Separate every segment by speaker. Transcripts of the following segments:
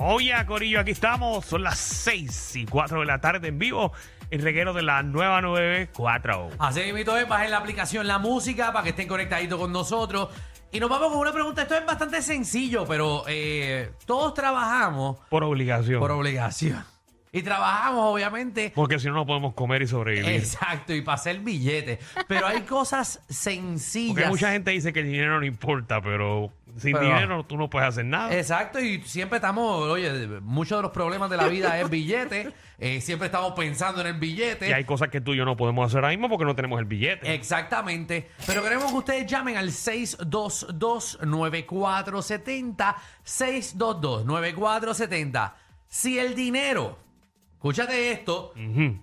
Speaker 1: Joya, Corillo, aquí estamos. Son las 6 y 4 de la tarde en vivo. El reguero de la nueva 94.
Speaker 2: Así mismo es, bajen la aplicación La Música para que estén conectaditos con nosotros. Y nos vamos con una pregunta. Esto es bastante sencillo, pero eh, todos trabajamos
Speaker 1: Por obligación.
Speaker 2: por obligación. Y trabajamos, obviamente,
Speaker 1: Porque si no, no podemos comer y sobrevivir.
Speaker 2: exacto, y para hacer billetes. Pero hay cosas
Speaker 1: Porque
Speaker 2: sencillas.
Speaker 1: mucha gente dice que el dinero no importa, pero sin
Speaker 2: Pero-
Speaker 1: dinero tú no puedes hacer nada.
Speaker 2: Exacto, y siempre estamos, oye, muchos de los problemas de la vida es billete. eh, siempre estamos pensando en el billete.
Speaker 1: Y hay cosas que tú y yo no podemos hacer ahora mismo porque no tenemos el billete.
Speaker 2: Exactamente. Pero queremos que ustedes llamen al 622-9470. 622-9470. Si el dinero, escúchate esto,
Speaker 1: Ujú.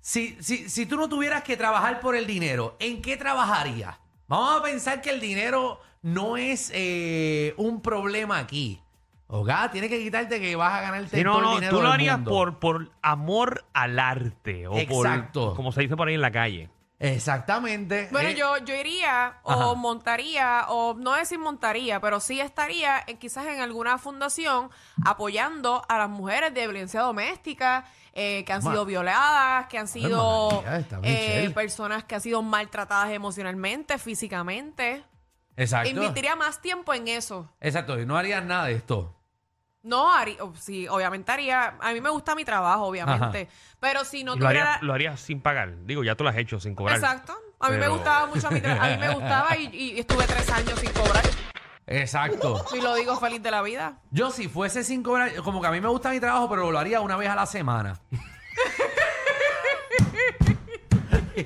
Speaker 2: si, si, si tú no tuvieras que trabajar por el dinero, ¿en qué trabajarías? Vamos a pensar que el dinero no es eh, un problema aquí. Oga, tienes que quitarte que vas a ganarte
Speaker 1: Sí, no,
Speaker 2: todo el
Speaker 1: no,
Speaker 2: dinero
Speaker 1: tú lo
Speaker 2: del
Speaker 1: harías
Speaker 2: mundo.
Speaker 1: por, por amor al arte. O
Speaker 2: Exacto.
Speaker 1: Por, como se dice por ahí en la calle.
Speaker 2: Exactamente.
Speaker 3: Bueno,
Speaker 2: Eh,
Speaker 3: yo, yo iría o
Speaker 2: Ajá.
Speaker 3: montaría, o no decir montaría, pero sí estaría eh, quizás en alguna fundación apoyando a las mujeres de violencia doméstica eh, que han
Speaker 2: Ma-
Speaker 3: sido violadas, que han sido
Speaker 2: María, está
Speaker 3: eh,
Speaker 2: Michelle.
Speaker 3: personas que han sido maltratadas emocionalmente, físicamente.
Speaker 2: Exacto.
Speaker 3: Invertiría más tiempo en eso.
Speaker 2: Exacto, y no harías nada de esto.
Speaker 3: No, haría, o- sí, obviamente haría. A mí me gusta mi trabajo, obviamente. Pero si no
Speaker 1: Y lo,
Speaker 3: tuviera.
Speaker 1: harías, lo harías sin pagar. Digo, ya tú lo has hecho sin cobrar.
Speaker 3: Exacto. A mí me
Speaker 1: Pero-
Speaker 3: gustaba mucho mi tra- A mí me gustaba y, y estuve tres años sin cobrar.
Speaker 2: Exacto.
Speaker 3: Y lo digo feliz de la vida.
Speaker 2: Yo si fuese sin cobrar, como que a mí me gusta mi trabajo, pero lo haría una vez a la semana.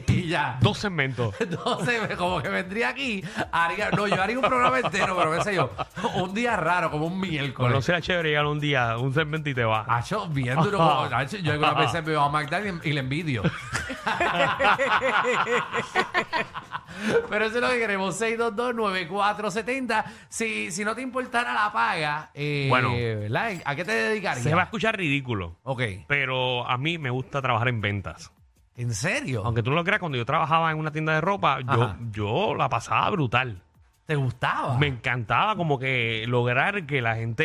Speaker 2: y ya.
Speaker 1: Dos segmentos.
Speaker 2: Entonces, como que vendría aquí, haría, no, yo haría un programa entero, pero qué sé yo, un día raro, como un
Speaker 1: Bueno,
Speaker 2: miércoles.
Speaker 1: será chévere llegar un día, un segmento y te vas.
Speaker 2: Hacho, bien duro. como- Hacho, yo alguna vez me voy a McDonald's y le envidio. Pero eso es lo que queremos, 6229470. Si, si no te importara la paga, eh,
Speaker 1: Bueno.
Speaker 2: ¿verdad? ¿a qué te dedicarías?
Speaker 1: Se va a escuchar ridículo,
Speaker 2: Ok.
Speaker 1: pero a mí me gusta trabajar en ventas.
Speaker 2: ¿En serio?
Speaker 1: Aunque tú no lo creas, cuando yo trabajaba en una tienda de ropa, yo,
Speaker 2: Ajá.
Speaker 1: yo la pasaba brutal.
Speaker 2: ¿Te gustaba?
Speaker 1: Me encantaba como que lograr que la gente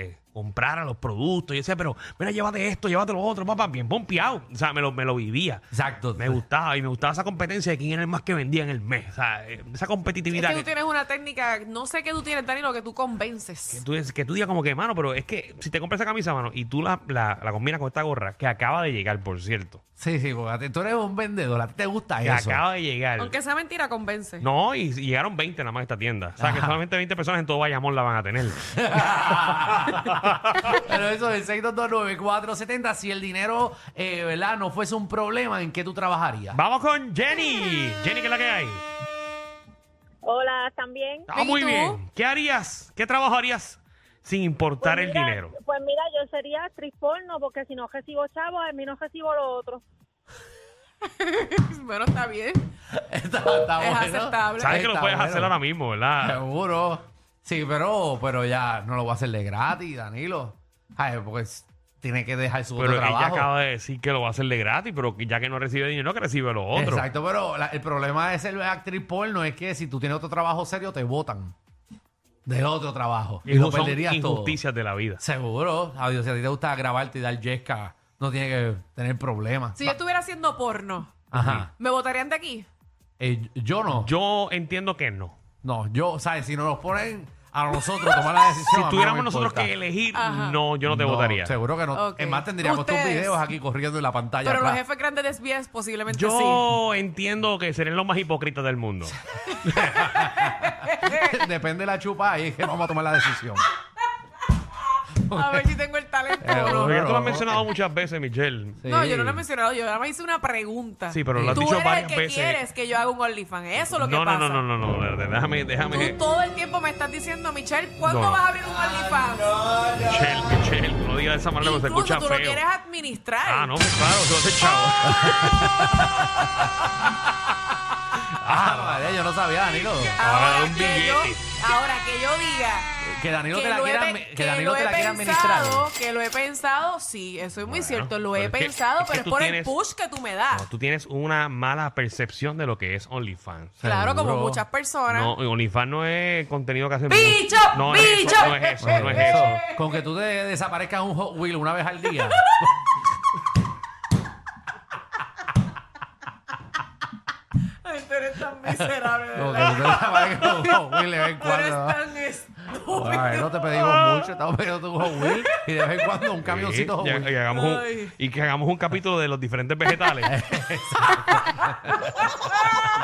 Speaker 1: eh, comprara los productos. Yo decía, pero mira, llévate esto, llévate lo otro, papá, bien pompeado. O sea, me lo, me lo vivía.
Speaker 2: Exacto.
Speaker 1: Me gustaba y me gustaba esa competencia de quién era el más que vendía en el mes. O sea, eh, esa
Speaker 3: Es
Speaker 1: competitividad.
Speaker 3: que tú
Speaker 1: que-
Speaker 3: tienes una técnica, no sé qué tú tienes, Dani, lo que tú
Speaker 1: Que
Speaker 3: convences.
Speaker 1: tú, dices- que tú digas como que, mano, pero es que si te compras esa camisa, mano, y tú la, la, la combinas con esta gorra, que acaba de llegar, por cierto.
Speaker 2: Sí, sí, porque a ti- tú eres un vendedor, a ti te gusta
Speaker 1: Que
Speaker 2: eso.
Speaker 1: acaba de llegar.
Speaker 3: Aunque sea mentira, convence.
Speaker 1: No, y, y llegaron 20 nada más a esta tienda. O sea, que
Speaker 2: Ajá.
Speaker 1: solamente 20 personas en todo Bayamón la van a tener.
Speaker 2: Pero eso es 6229470. Si el dinero, eh, ¿verdad? No fuese un problema, ¿en qué tú trabajarías?
Speaker 1: Vamos con Jenny. Jenny, ¿qué es la que hay?
Speaker 4: Hola, también.
Speaker 1: Ah,
Speaker 3: ¿Y
Speaker 1: muy
Speaker 3: tú?
Speaker 1: bien. ¿Qué harías? ¿Qué trabajo harías sin importar
Speaker 4: Pues
Speaker 1: el
Speaker 4: mira,
Speaker 1: dinero?
Speaker 4: Pues mira, yo sería actriz porno, porque si no recibo chavos, a mí no recibo lo otro.
Speaker 3: Bueno, está bien.
Speaker 2: Está- está
Speaker 3: Es aceptable.
Speaker 1: Sabes que lo
Speaker 2: Está
Speaker 1: puedes
Speaker 2: bueno.
Speaker 1: hacer ahora mismo, ¿verdad?
Speaker 2: Seguro. Sí, pero, pero ya no lo voy a hacerle gratis, Danilo. Ay, porque s- tiene que dejar su
Speaker 1: Pero
Speaker 2: otro
Speaker 1: ella
Speaker 2: trabajo.
Speaker 1: acaba de decir que lo va a hacer de gratis, pero que ya que no recibe dinero, que recibe lo otro.
Speaker 2: Exacto, pero la- el problema de ser actriz porno es que si tú tienes otro trabajo serio, te votan del otro trabajo. Y,
Speaker 1: Y
Speaker 2: lo
Speaker 1: son
Speaker 2: perderías todo.
Speaker 1: injusticias de la vida.
Speaker 2: Seguro. Adiós, si a ti te gusta grabarte y dar yesca, no tiene que tener problemas.
Speaker 3: Si yo estuviera haciendo porno,
Speaker 2: Ajá.
Speaker 3: ¿me votarían de aquí?
Speaker 2: Eh, yo no.
Speaker 1: Yo entiendo que no.
Speaker 2: No, yo, ¿sabes? Si no nos ponen a nosotros a tomar la decisión. a mí
Speaker 1: Si
Speaker 2: no
Speaker 1: tuviéramos
Speaker 2: me
Speaker 1: nosotros
Speaker 2: importa.
Speaker 1: que elegir,
Speaker 3: Ajá.
Speaker 1: no, yo no te votaría.
Speaker 2: Seguro que no.
Speaker 3: Ok.
Speaker 2: Es más, tendríamos tus
Speaker 3: Ustedes.
Speaker 2: videos aquí corriendo en la pantalla.
Speaker 3: Pero los
Speaker 2: atrás.
Speaker 3: jefes grandes de SBS posiblemente sí.
Speaker 1: Yo entiendo que seré los más hipócritas del mundo.
Speaker 2: Depende de la chupa, ahí es que vamos a tomar la decisión.
Speaker 3: A ver si tengo el talento
Speaker 1: Eh,
Speaker 3: o no.
Speaker 2: Seguro.
Speaker 1: Pero ya tú lo has mencionado muchas veces, Michelle.
Speaker 3: No,
Speaker 2: Sí.
Speaker 3: yo no lo he mencionado. Yo nada más hice una pregunta.
Speaker 1: Sí, pero lo has
Speaker 3: Tú
Speaker 1: dicho
Speaker 3: eres
Speaker 1: varias
Speaker 3: el que
Speaker 1: veces.
Speaker 3: quieres que yo haga un OnlyFans. Eso es lo que
Speaker 1: No, no,
Speaker 3: pasa.
Speaker 1: no, no, no, no, de verdad, déjame,
Speaker 3: Tú
Speaker 1: déjame.
Speaker 3: todo el tiempo me estás diciendo, Michelle, ¿cuándo
Speaker 1: No.
Speaker 3: vas a abrir un OnlyFans?
Speaker 1: Michelle, Michelle, no digas de esa manera porque se
Speaker 3: Incluso
Speaker 1: escucha
Speaker 3: tú lo
Speaker 1: feo.
Speaker 3: quieres administrar.
Speaker 1: Ah, no, pues claro, yo soy chavo.
Speaker 2: Ah, María, yo no sabía, Danilo.
Speaker 1: Ahora
Speaker 3: Ahora
Speaker 1: un
Speaker 3: que yo,
Speaker 1: billete.
Speaker 3: ahora que yo diga,
Speaker 2: que Danilo te la
Speaker 3: lo he
Speaker 2: quiera,
Speaker 3: pe-
Speaker 2: me- que
Speaker 3: que
Speaker 2: Danilo
Speaker 3: lo
Speaker 2: te
Speaker 3: he
Speaker 2: la quiera administrar.
Speaker 3: pensado, que lo he pensado, sí, eso es muy
Speaker 1: Bueno,
Speaker 3: cierto, lo
Speaker 1: pero
Speaker 3: he
Speaker 1: es que-
Speaker 3: pensado,
Speaker 1: es que
Speaker 3: pero es
Speaker 1: tú
Speaker 3: por el
Speaker 1: tienes-
Speaker 3: push que tú me das.
Speaker 1: No, tú tienes una mala percepción de lo que es OnlyFans.
Speaker 3: claro, como
Speaker 2: Seguro.
Speaker 3: muchas personas.
Speaker 1: No, OnlyFans no es contenido que hace...
Speaker 3: ¡Bicho!
Speaker 1: No, es eso,
Speaker 3: ¡Bicho!
Speaker 1: no es eso,
Speaker 2: Bueno, pues
Speaker 1: no es eso.
Speaker 2: Con que tú te desaparezcas un Hot Wheel una vez al día.
Speaker 3: Ay, tú eres tan miserable,
Speaker 2: Con que
Speaker 3: ¿verdad?
Speaker 2: tú te desaparezcas un Hot Wheel de vez en
Speaker 3: Tú eres
Speaker 2: cuando.
Speaker 3: tan estúpido.
Speaker 2: Bueno, a ver, no te
Speaker 3: Ah.
Speaker 2: pedimos mucho, estamos pidiendo un Hot Wheel y de vez en cuando un camioncito
Speaker 1: Sí,
Speaker 2: Hot
Speaker 1: y,
Speaker 2: Wheel.
Speaker 1: y hagamos un,
Speaker 3: Ay.
Speaker 1: y que hagamos un capítulo de los diferentes vegetales.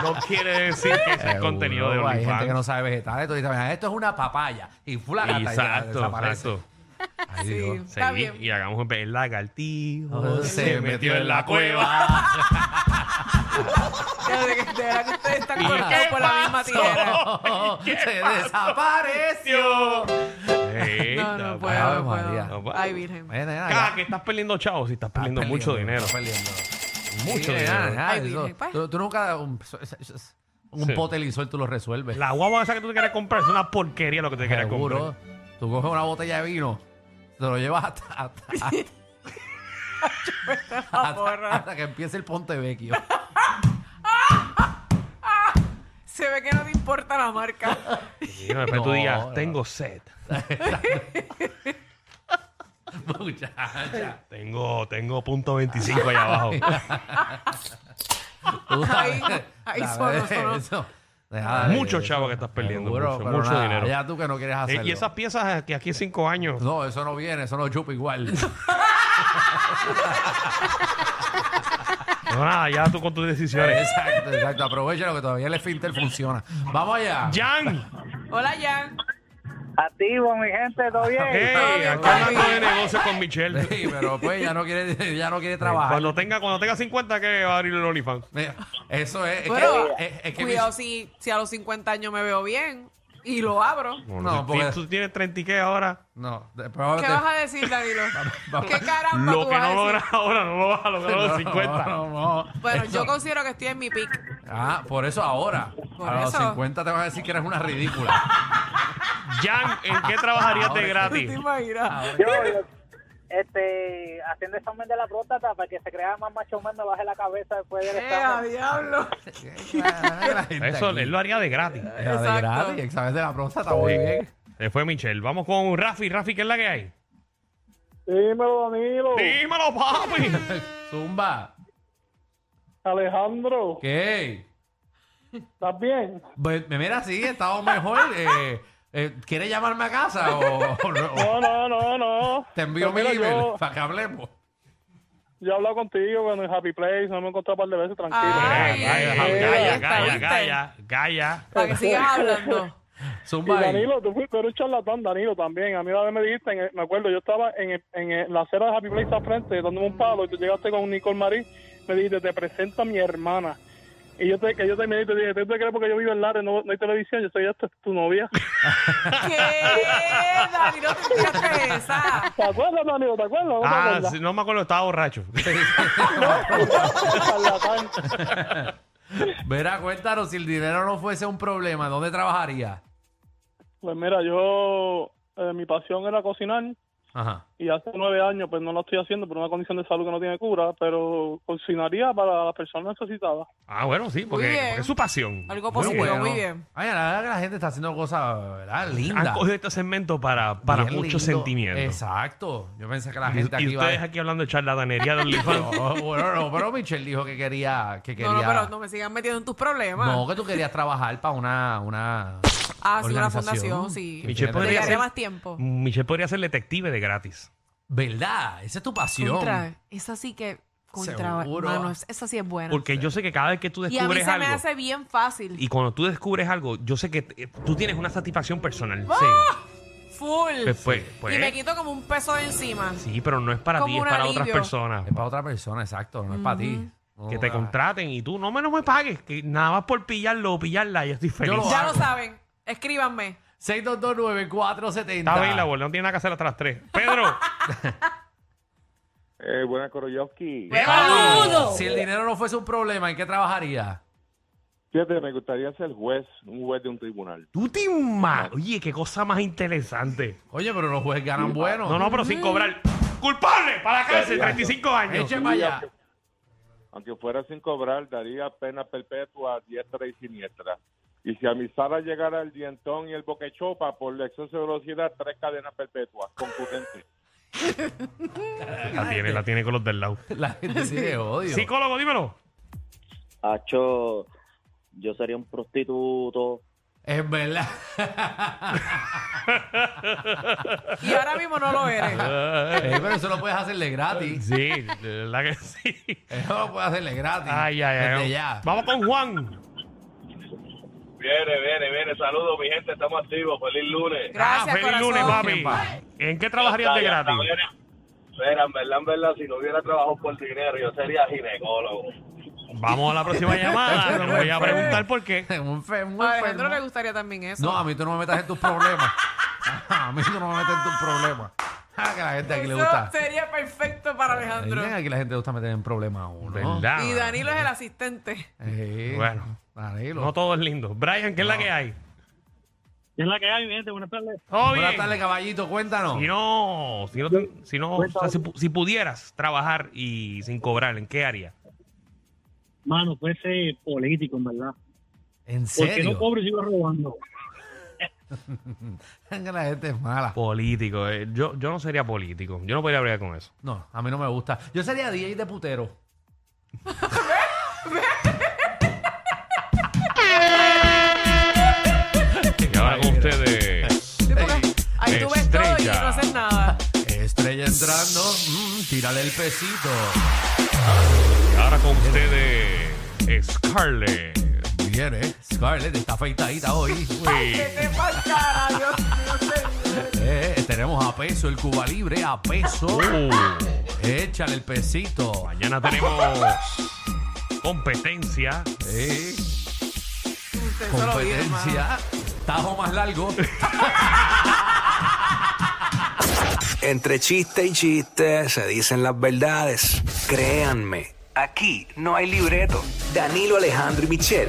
Speaker 1: no quiere decir que ese es
Speaker 2: Seguro,
Speaker 1: contenido de
Speaker 2: Hay gente que Eh, no
Speaker 1: OnlyFans.
Speaker 2: sabe vegetales, tú dices, "Mira, esto es una papaya y fulana
Speaker 1: Exacto,
Speaker 2: desaparece.
Speaker 1: exacto.
Speaker 2: Ay,
Speaker 3: Sí.
Speaker 2: Dios.
Speaker 3: Está
Speaker 1: Sí,
Speaker 3: bien.
Speaker 1: Y hagamos el lagartijo.
Speaker 2: Oh, se metió en la cueva.
Speaker 3: De de verdad que ustedes están
Speaker 1: ¿Y
Speaker 3: cortados
Speaker 1: qué
Speaker 3: por la misma tijera.
Speaker 1: ¿Qué
Speaker 2: se
Speaker 1: pasó?
Speaker 2: desapareció.
Speaker 1: Ey,
Speaker 3: No, no
Speaker 1: está-
Speaker 3: puedo,
Speaker 2: Ave
Speaker 3: no
Speaker 2: María. Eh.
Speaker 3: puedo.
Speaker 1: No puedo.
Speaker 3: Ay, virgen.
Speaker 2: Bueno, nada,
Speaker 1: Cada
Speaker 2: ya.
Speaker 1: que estás perdiendo chavos y estás perdiendo
Speaker 2: Estás
Speaker 1: mucho dinero.
Speaker 2: perdiendo, estás perdiendo.
Speaker 1: Mucho
Speaker 2: Sí,
Speaker 1: dinero.
Speaker 2: nada, nada,
Speaker 3: Ay,
Speaker 2: eso-
Speaker 3: virgen, pues.
Speaker 2: tú, tú nunca un, un
Speaker 1: Sí.
Speaker 2: pote lisol tú lo resuelves.
Speaker 1: La guagua esa que tú te quieres comprar es una porquería lo que te quieres comprar.
Speaker 2: Seguro. Tú coges una botella de vino, te lo llevas hasta, hasta,
Speaker 3: Ah,
Speaker 2: hasta-
Speaker 3: porra.
Speaker 2: hasta que empiece el Ponte Vecchio.
Speaker 3: Se ve que no te importa la marca.
Speaker 1: Y no, después tú
Speaker 2: No,
Speaker 1: digas,
Speaker 2: no.
Speaker 1: tengo sed.
Speaker 2: Muchacha.
Speaker 1: Tengo, tengo punto 25 allá abajo.
Speaker 2: Tú sabes,
Speaker 3: Ay, ay,
Speaker 2: sabes
Speaker 3: sonó, sonó.
Speaker 2: eso. Deja de-
Speaker 1: Mucho chavo que estás perdiendo, mucho,
Speaker 2: pero
Speaker 1: mucho
Speaker 2: nada,
Speaker 1: dinero.
Speaker 2: Ya tú que no quieres
Speaker 1: Eh,
Speaker 2: hacerlo.
Speaker 1: y esas piezas que aquí en cinco años.
Speaker 2: No, eso no viene, eso no chupa igual.
Speaker 1: No, nada, ya tú con tus decisiones.
Speaker 2: exacto, exacto. Aprovecha lo que todavía el esfínter funciona. Vamos allá.
Speaker 1: ¡Jan!
Speaker 3: Hola, Jan.
Speaker 5: Activo, mi gente, ¿todo bien?
Speaker 1: ¡Hey!
Speaker 3: bien,
Speaker 1: Acá
Speaker 3: papi.
Speaker 1: hablando de negocios con Michelle.
Speaker 2: Sí, pero pues ya no quiere, ya no quiere trabajar.
Speaker 1: Cuando tenga, cuando tenga 50, que va a abrir el OnlyFans.
Speaker 2: Mira, Eso es. es
Speaker 3: Bueno,
Speaker 2: que, es- es que
Speaker 3: cuidado
Speaker 2: mi-
Speaker 3: si, si a los 50 años me veo bien y lo abro.
Speaker 1: No,
Speaker 2: No,
Speaker 1: tú-
Speaker 2: porque-
Speaker 1: Tú tienes 30 y qué ahora.
Speaker 2: No, de-
Speaker 3: ¿Qué
Speaker 2: probablemente.
Speaker 3: vas a decir, Danilo?
Speaker 2: vamos.
Speaker 3: ¿Qué caramba
Speaker 1: Lo
Speaker 3: tú
Speaker 1: que
Speaker 3: vas
Speaker 1: no
Speaker 3: a decir?
Speaker 1: logras ahora no lo vas a lograr a los
Speaker 2: No,
Speaker 1: 50.
Speaker 2: no, no, no.
Speaker 3: Bueno,
Speaker 2: Eso-
Speaker 3: yo considero que estoy en mi pick.
Speaker 2: Ah, por eso ahora.
Speaker 3: Por
Speaker 2: a los
Speaker 3: eso.
Speaker 2: 50 te van a decir que eres una ridícula.
Speaker 1: Jan, ¿en qué trabajarías de
Speaker 3: ¿Te
Speaker 1: gratis? Ah.
Speaker 3: imaginas?
Speaker 5: Yo, yo, este, haciendo examen de la próstata para que se crea más macho man, me baje la cabeza después del
Speaker 3: ¡Eh, a
Speaker 5: examen.
Speaker 3: diablo!
Speaker 1: Eso él lo haría de gratis.
Speaker 2: Exacto.
Speaker 3: Exacto.
Speaker 2: gratis, examen de la próstata, muy bien.
Speaker 1: Se fue Michelle. Vamos con Rafi. Rafi, ¿qué es la que hay?
Speaker 6: Dímelo, Danilo.
Speaker 3: Oh.
Speaker 1: Dímelo, papi.
Speaker 2: Zumba,
Speaker 6: Alejandro,
Speaker 2: ¿qué?
Speaker 6: ¿estás bien?
Speaker 2: Pues, Mira, sí, estamos mejor. Eh, eh, ¿Quieres llamarme a casa o, o- o
Speaker 6: No, no, no, no.
Speaker 2: te envío mi
Speaker 6: Pues mira,
Speaker 2: email
Speaker 6: Yo,
Speaker 2: para que hablemos?
Speaker 6: yo he hablado contigo bueno, en Happy Place, no me he encontrado un par de veces, tranquilo.
Speaker 1: Ah,
Speaker 3: Ay,
Speaker 1: Calla,
Speaker 6: ay,
Speaker 1: calla,
Speaker 6: ay,
Speaker 1: calla,
Speaker 3: ay,
Speaker 1: calla, calla.
Speaker 3: Para que sigas hablando.
Speaker 6: Y
Speaker 2: Zumba, ahí.
Speaker 6: Danilo, tú, fuiste- tú eres un charlatán, Danilo, también. A mí una vez me dijiste, en el- me acuerdo, yo estaba en, el- en el- la acera de Happy Place al frente, dándome un palo, y tú llegaste con Nicole Marí, me dijiste, te presento a mi hermana. Y yo te, que yo te miré y te dije, ¿tú te crees porque yo vivo en Lares, no, no hay televisión, yo soy ya tu, tu novia?
Speaker 3: ¿Qué? Danilo, te tiraste esa.
Speaker 6: ¿Te acuerdas, Danilo? ¿Te acuerdas? No te
Speaker 1: Ah,
Speaker 6: acuerdas.
Speaker 1: sí, no me acuerdo, estaba borracho.
Speaker 6: Charlatán.
Speaker 2: Verá, cuéntanos, si el dinero no fuese un problema, ¿dónde trabajaría?
Speaker 6: Pues mira, yo, eh, mi pasión era cocinar.
Speaker 2: Ajá.
Speaker 6: y hace nueve años pues no lo estoy haciendo por una condición de salud que no tiene cura, pero cocinaría para las personas necesitadas.
Speaker 1: Ah, bueno, sí,
Speaker 3: Muy
Speaker 1: porque,
Speaker 3: bien.
Speaker 1: porque es su pasión.
Speaker 3: Algo
Speaker 1: Muy
Speaker 3: positivo,
Speaker 1: bueno.
Speaker 3: muy bien.
Speaker 2: Ay, la verdad que la gente está haciendo cosas, ¿verdad?
Speaker 1: Han
Speaker 2: Lindas.
Speaker 1: cogido este segmento para, para
Speaker 2: Bien
Speaker 1: muchos
Speaker 2: lindo.
Speaker 1: sentimientos.
Speaker 2: Exacto. Yo pensé que la
Speaker 1: Y,
Speaker 2: gente
Speaker 1: y
Speaker 2: aquí iba
Speaker 1: ustedes
Speaker 2: a...
Speaker 1: aquí hablando de charlatanería de OnlyFans.
Speaker 2: No, bueno, no, pero Michelle dijo que quería... Que quería...
Speaker 3: No, no, pero no me sigan metiendo en tus problemas.
Speaker 2: No, que tú querías trabajar para una, una
Speaker 3: Ah, sí, una
Speaker 2: organización.
Speaker 3: fundación, sí.
Speaker 2: Que
Speaker 1: Michelle
Speaker 2: fíjate,
Speaker 1: podría
Speaker 3: Te
Speaker 1: ser-
Speaker 3: daría más tiempo.
Speaker 1: Michelle podría ser detective de gratis.
Speaker 2: ¿Verdad? Esa es tu pasión.
Speaker 3: Contra, esa sí que... Contra,
Speaker 2: Seguro.
Speaker 3: mano, esa sí es buena.
Speaker 1: Porque yo sé que cada vez que tú
Speaker 3: y a mí
Speaker 1: descubres
Speaker 3: se me
Speaker 1: algo,
Speaker 3: hace bien fácil.
Speaker 1: y cuando tú descubres algo, yo sé que te- tú tienes una satisfacción personal.
Speaker 2: Sí.
Speaker 3: Full.
Speaker 1: Pues, pues, pues,
Speaker 3: y me quito como un peso de encima.
Speaker 1: sí, pero no es para
Speaker 3: Como
Speaker 1: ti, es
Speaker 3: un
Speaker 1: para
Speaker 3: alivio.
Speaker 1: otras personas.
Speaker 2: Es para otra persona, exacto. No es para ti. No,
Speaker 1: Que te
Speaker 2: ah.
Speaker 1: contraten y tú no me, no me pagues. Que nada más por pillarlo o pillarla, yo estoy feliz.
Speaker 2: lo
Speaker 3: Ya
Speaker 2: hago.
Speaker 3: lo saben. Escríbanme.
Speaker 2: 6229470.
Speaker 1: Está bien, la abuela, no tiene nada que hacer hasta las 3. Pedro,
Speaker 6: Eh, buena Korojowski.
Speaker 1: ¡Vamos!
Speaker 2: Si el dinero no fuese un problema, ¿en qué trabajaría?
Speaker 7: Fíjate, me gustaría ser juez, un juez de un tribunal.
Speaker 1: Tú te imaginas. Oye, qué cosa más interesante.
Speaker 2: Oye, pero los jueces ganan bueno.
Speaker 1: No, no, pero
Speaker 3: Mm.
Speaker 1: sin cobrar. ¡Culpable! Para la cárcel, 35 años.
Speaker 2: Eche para allá.
Speaker 7: Aunque fuera sin cobrar, daría pena perpetua a diestra y siniestra. Y si a mi Sara llegara el dientón y el boquechopa por el exceso de velocidad, tres cadenas perpetuas concurrentes.
Speaker 1: La tiene, la tiene con los del lado.
Speaker 2: La gente sigue odio.
Speaker 1: Psicólogo, dímelo.
Speaker 8: Hacho, yo sería un prostituto.
Speaker 2: Es verdad.
Speaker 3: Y ahora mismo no lo
Speaker 1: Ah,
Speaker 3: eres.
Speaker 2: Eh, pero eso lo puedes hacerle gratis.
Speaker 1: Sí, de verdad que sí.
Speaker 2: Eso lo puedes hacerle gratis.
Speaker 1: Ay, ay, ay.
Speaker 2: Desde ya.
Speaker 1: Vamos con Juan.
Speaker 9: Viene, viene, viene. Saludos, mi gente. Estamos activos. Feliz lunes.
Speaker 1: ah,
Speaker 3: Gracias,
Speaker 1: feliz
Speaker 3: corazón.
Speaker 1: lunes,
Speaker 2: Bien,
Speaker 1: papi.
Speaker 2: bye.
Speaker 1: ¿En qué trabajarías de
Speaker 9: Ya está,
Speaker 1: gratis?
Speaker 9: mira. Mira, en verdad, en verdad, si no hubiera trabajado por dinero, yo sería ginecólogo.
Speaker 1: Vamos a la próxima llamada. Te voy a preguntar por qué.
Speaker 2: Un fe, un
Speaker 3: A Alejandro
Speaker 2: enfermo.
Speaker 3: le gustaría también eso.
Speaker 2: No, a mí tú no me metas en tus problemas. A mí tú no me metes en tus problemas. Ah, que a la gente aquí le
Speaker 3: Eso
Speaker 2: gusta.
Speaker 3: sería perfecto para Alejandro.
Speaker 2: Dicen aquí la gente le gusta meter en problemas a uno.
Speaker 1: ¿Verdad?
Speaker 3: Y Danilo es el asistente.
Speaker 2: Eh,
Speaker 1: Bueno.
Speaker 2: Danilo.
Speaker 1: No todo es lindo. Brian, ¿qué es la que hay?
Speaker 5: Es la que hay, mi gente. Buenas tardes.
Speaker 1: Todo
Speaker 2: Buenas
Speaker 1: bien.
Speaker 2: tardes, caballito, cuéntanos.
Speaker 1: Si no, si no, si, no o sea, si, pu- si pudieras trabajar y sin cobrar, ¿en qué área?
Speaker 5: Mano, fuese político, en verdad.
Speaker 2: ¿En
Speaker 5: Porque
Speaker 2: serio?
Speaker 5: no cobro y sigo robando.
Speaker 2: Que la gente es mala.
Speaker 1: Político. eh, Yo, yo no sería político. Yo no podría hablar con eso.
Speaker 2: No, a mí no me gusta. Yo sería DJ de putero.
Speaker 1: Y ahora con ustedes.
Speaker 3: Sí, porque ahí tú ves todo y
Speaker 1: Estrella.
Speaker 3: no haces nada.
Speaker 2: Estrella entrando, mm, tírale el pesito.
Speaker 1: Y ahora con ustedes. Scarlett.
Speaker 2: Bien, eh. Scarlett está afeitadita hoy.
Speaker 3: ¿Qué te pasa, Dios mío, señor?
Speaker 2: Eh, tenemos a peso el Cuba Libre, a peso.
Speaker 1: Uh.
Speaker 2: Échale el pesito.
Speaker 1: Mañana tenemos competencia.
Speaker 2: Eh,
Speaker 3: Usted solo vive, hermano.
Speaker 2: competencia. Tajo más largo.
Speaker 10: Entre chiste y chiste se dicen las verdades. Créanme, aquí no hay libreto. Danilo Alejandro y Michel,